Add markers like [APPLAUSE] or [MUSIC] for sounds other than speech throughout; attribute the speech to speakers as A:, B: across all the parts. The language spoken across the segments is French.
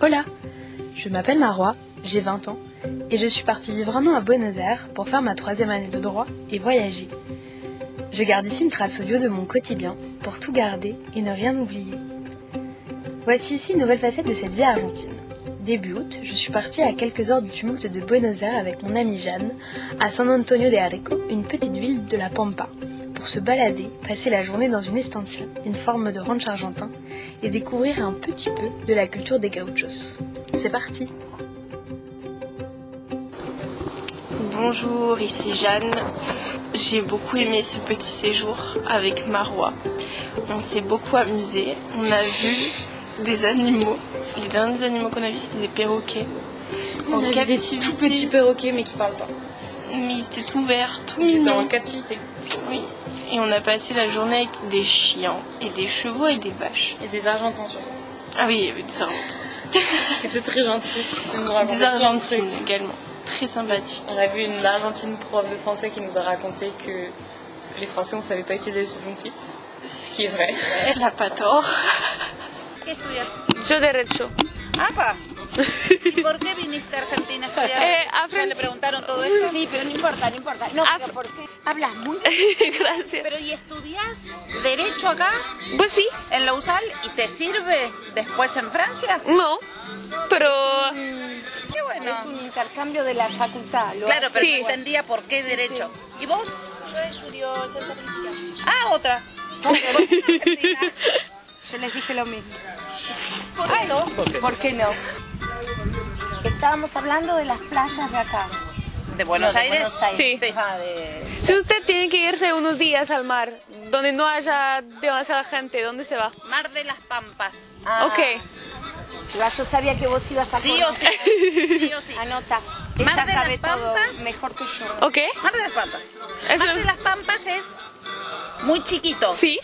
A: Hola, je m'appelle Marois, j'ai 20 ans et je suis partie vivre un an à Buenos Aires pour faire ma troisième année de droit et voyager. Je garde ici une trace audio de mon quotidien pour tout garder et ne rien oublier. Voici ici une nouvelle facette de cette vie argentine. Début août, je suis partie à quelques heures du tumulte de Buenos Aires avec mon amie Jeanne à San Antonio de Areco, une petite ville de la Pampa, pour se balader, passer la journée dans une estancia, une forme de ranch argentin, et découvrir un petit peu de la culture des gauchos. C'est parti
B: Bonjour, ici Jeanne. J'ai beaucoup aimé ce petit séjour avec Marois. On s'est beaucoup amusé. On a vu des animaux. Les derniers animaux qu'on a vus, c'était des perroquets.
A: On a vu des tout petits perroquets mais qui parlent pas.
B: Mais ils étaient tout verts, tout
A: Ils étaient
B: mignons.
A: en captivité.
B: Oui. Et on a passé la journée avec des chiens, et des chevaux et des vaches.
A: Et des argentins [LAUGHS] surtout.
B: Ah oui, il y avait des Argentins.
A: Ils étaient très gentils. Ils nous racontaient
B: Des
A: plein de
B: Argentines
A: trucs.
B: également. Très sympathiques.
A: On a vu une Argentine prof de français qui nous a raconté que les Français on savait pas utiliser le subjonctif, ce qui est vrai.
B: Elle n'a pas tort.
C: ¿Qué estudias?
D: Yo derecho.
C: ¡Apa! ¿Y por qué viniste a Argentina a estudiar?
D: Eh,
C: ¿Ya
D: a Fran-
C: le preguntaron todo eso?
E: Sí, pero no importa, no importa. No,
D: Ah,
E: pero ¿por qué? Hablas muy bien.
D: Gracias.
C: Pero ¿y estudias Derecho acá,
D: Pues sí,
C: en la USAL, y te sirve después en Francia?
D: no, pero
C: Qué bueno.
E: Es un intercambio de la facultad. Lo
C: Claro,
E: hace-
C: pero
D: Sí.
C: no entendía por qué Derecho. ¿Y vos?
E: Yo estudio ciencia política.
C: Ah, otra.
E: Yo les dije lo mismo. ¿Por qué no? ¿Por qué no? Estábamos hablando de las playas de acá.
C: ¿De Buenos
E: No, de
C: Aires?
E: Buenos Aires.
D: Sí.
C: Ah,
E: Ajá, de-
D: si usted tiene que irse unos días al mar, donde no haya demasiada gente, ¿dónde se va?
C: Mar de las Pampas.
E: Ah.
D: Ok.
E: Yo- Yo sabía que vos ibas a
C: Sí o
D: [LAUGHS]
C: sí.
E: conocer.
C: Sí o sí.
E: Anota.
C: Mar
E: Ella
C: de las
E: sabe todo
C: Pampas.
E: mejor que yo.
D: ¿Ok?
C: Mar de las Pampas.
D: Es
C: Mar
D: lo-
C: de las Pampas es muy chiquito.
D: Sí.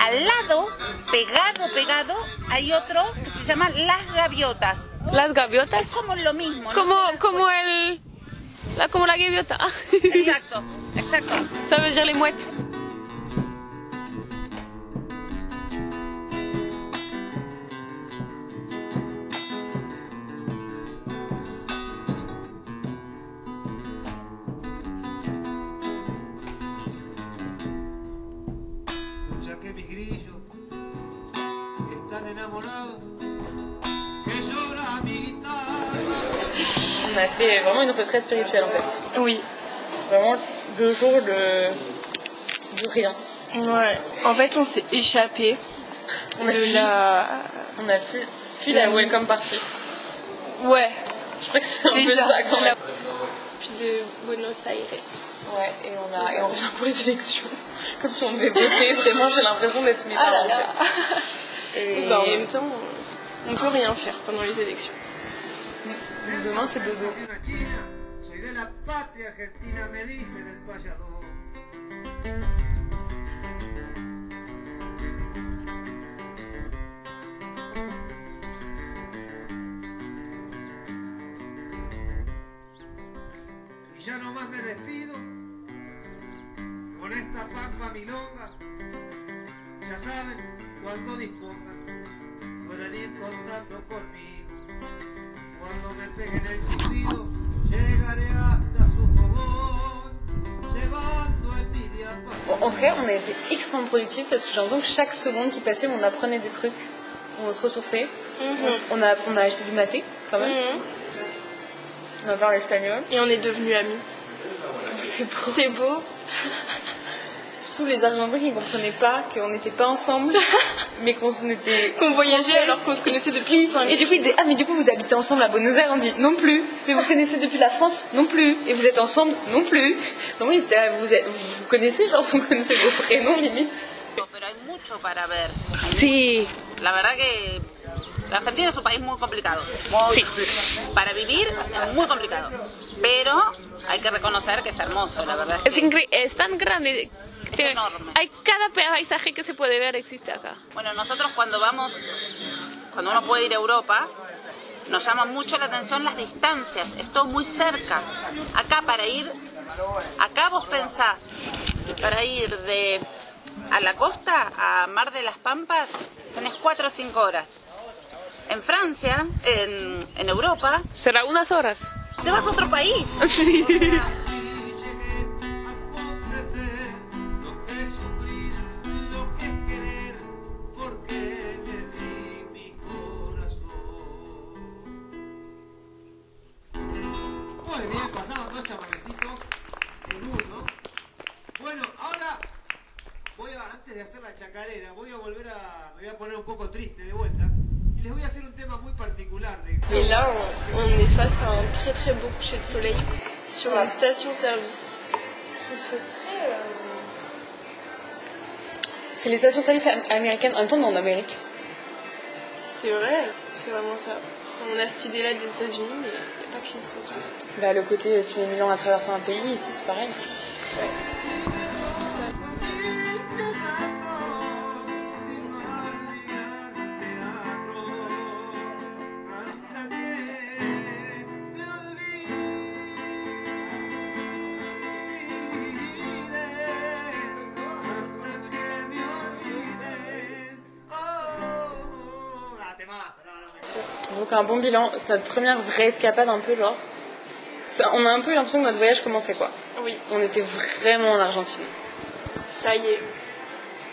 C: Al lado, pegado, pegado, hay otro que se llama Las Gaviotas.
D: Las
C: Es
D: gaviotas.
C: como lo mismo. ¿no?
D: Como, como el... La, como la gaviota.
C: Exacto, exacto.
D: [LAUGHS] Ça veut dire les mouettes.
F: Ya que mis grillos están enamorados, que llora mi guitarra.
A: On a fait vraiment une retraite spirituelle en fait.
B: Oui.
A: Vraiment deux jours de, de rien.
B: Ouais. En fait, on s'est échappé
A: On a
B: de
A: fui.
B: la.
A: On a fui, fui la welcome party.
B: Ouais.
A: Je crois que c'est un
B: [LAUGHS] Déjà.
A: peu ça quand même.
B: Puis de Buenos Aires.
A: Ouais, et on, a, et on revient pour les élections. Ah Comme si on devait voter, vraiment j'ai l'impression d'être mes parents. en fait. Et
B: Bah, en même temps, on peut rien faire pendant les élections.
A: demain c'est dodo.
F: Soy una china, soy de la patria argentina, me dicen el payador. Y ya nomás me despido con esta pampa milonga. Ya saben, cuando dispongan, pueden ir contando conmigo. Cuando me peguen el chiflido, llegaré hasta su fogón, llevando envidia para...
A: En vrai, on a été extrêmement productifs parce que j'ai l'impression que chaque seconde qui passait, on apprenait des trucs, on se ressourçait,
B: Mhm.
A: on, a, on a acheté du maté quand
B: Mm.
A: même, on a parlé espagnol.
B: Et on est devenus amis.
A: C'est beau.
B: C'est beau.
A: Surtout les Argentins qui ne comprenaient pas qu'on n'était pas ensemble,
B: [LAUGHS]
A: mais qu'on était.
B: Qu'on voyageait alors qu'on se connaissait depuis 5
A: Et du coup, ils disaient Ah, mais du coup, vous habitez ensemble à Buenos Aires On dit Non plus. Mais vous connaissez depuis la France Non plus. Et vous êtes ensemble Non plus. Non, ils étaient là, vous, êtes- vous vous connaissez, genre, vous connaissez vos prénoms limite.
C: Pero hay mucho para ver.
D: Sí.
C: La verdad que la Argentina es un país muy complicado. Muy complicado. Para vivir es muy complicado. Pero hay que reconocer que es hermoso, la verdad.
D: Es, incre- es tan grande. que tiene-
C: enorme.
D: Hay cada paisaje que se puede ver existe acá.
C: Bueno, nosotros cuando vamos, cuando uno puede ir a Europa, nos llama mucho la atención las distancias, es todo muy cerca. Acá para ir, acá vos pensás, para ir de a la costa a Mar de las Pampas tenés 4 o 5 horas. en Francia, en, en Europa,
D: Será unas horas.
C: te vas a otro país.
F: Así llegué a comprender lo que es sufrir, lo que es querer, porque le di mi corazón. Muy bien, pasamos dos chamamecitos en uno. Bueno, ahora voy a, antes de hacer la chacarera, voy a volver a, me voy a poner un poco triste de vuelta. Y les voy a hacer un tema muy particular de
B: Et là, on, on est face à un très très beau coucher de soleil sur une station-service qui fait très. euh,
E: C'est les stations-service am- américaines. En même temps, on est en Amérique.
B: C'est vrai, c'est vraiment ça. On a cette idée-là des États-Unis, mais il n'y a pas que les États-Unis.
E: Bah, le côté, tu mets mille ans à traverser un pays, ici, c'est pareil.
F: corazón te va a obligar al teatro hasta que me olviden, hasta que me olviden. Oh, ah, temazo, no, no, me-
E: Donc un bon bilan, c'est notre première vraie escapade un peu genre. Ça, on a un peu l'impression que notre voyage commençait quoi.
B: Oui,
E: On était vraiment en Argentine.
B: ça y est,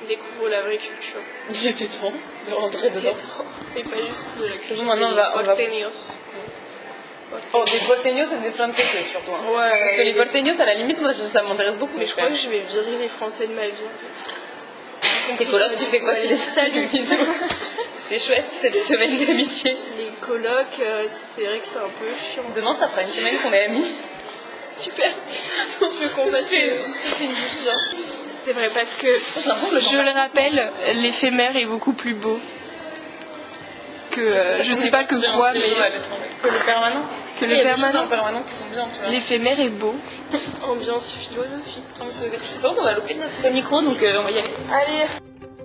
B: on découvre la vraie culture.
E: Il était temps de rentrer dedans.
B: Et pas juste euh, de la culture.
E: Maintenant, on
B: des
E: va- on va-
B: porteños.
E: Oh, des porteños et des franceses surtout. hein.
B: Ouais,
E: Parce que les
B: et-
E: porteños, à la limite, moi ça ça m'intéresse beaucoup.
B: Mais je crois que je vais virer les Français de ma vie. en fait.
E: Tes colocs, tu fais quoi
B: Ouais,
E: Tu les
B: salues.
E: salues bisous. [LAUGHS] C'était chouette cette semaine d'amitié.
B: Les colocs, euh, c'est vrai que c'est un peu chiant.
E: Demain, ça fera une semaine qu'on est amis.
B: Super Tu veux qu'on fasse
E: C'est-
B: une- c'est une douche, genre C'est vrai, parce que
E: J'ai l'impression que le
B: Je
E: temps
B: le rappelle, l'éphémère est beaucoup plus beau que euh,
E: passe.
B: je sais pas que
E: Tiens,
B: quoi,
E: c'est les gens à
B: mais
E: l'étranger. Que le permanent.
B: que
E: Il y
B: le
E: a des choses dans
B: permanent,
E: le permanent qui sont bien, tu vois.
B: l'éphémère est beau. Ambiance philosophique.
E: Bon, on va louper notre micro, donc euh, on va y aller.
B: Allez,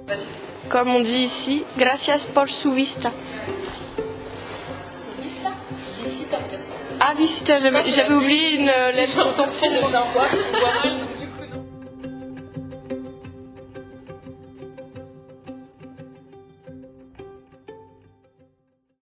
E: Vas-y.
B: comme on dit ici, gracias por su vista.
E: Vista Visita peut-être.
B: Ah, visita, j'avais
E: Ça, c'est
B: j'avais
E: la
B: oublié une euh,
E: Si
B: lettre
E: j'entends
B: autant
E: si je
B: pour
E: vois un poids, on voit mal, donc du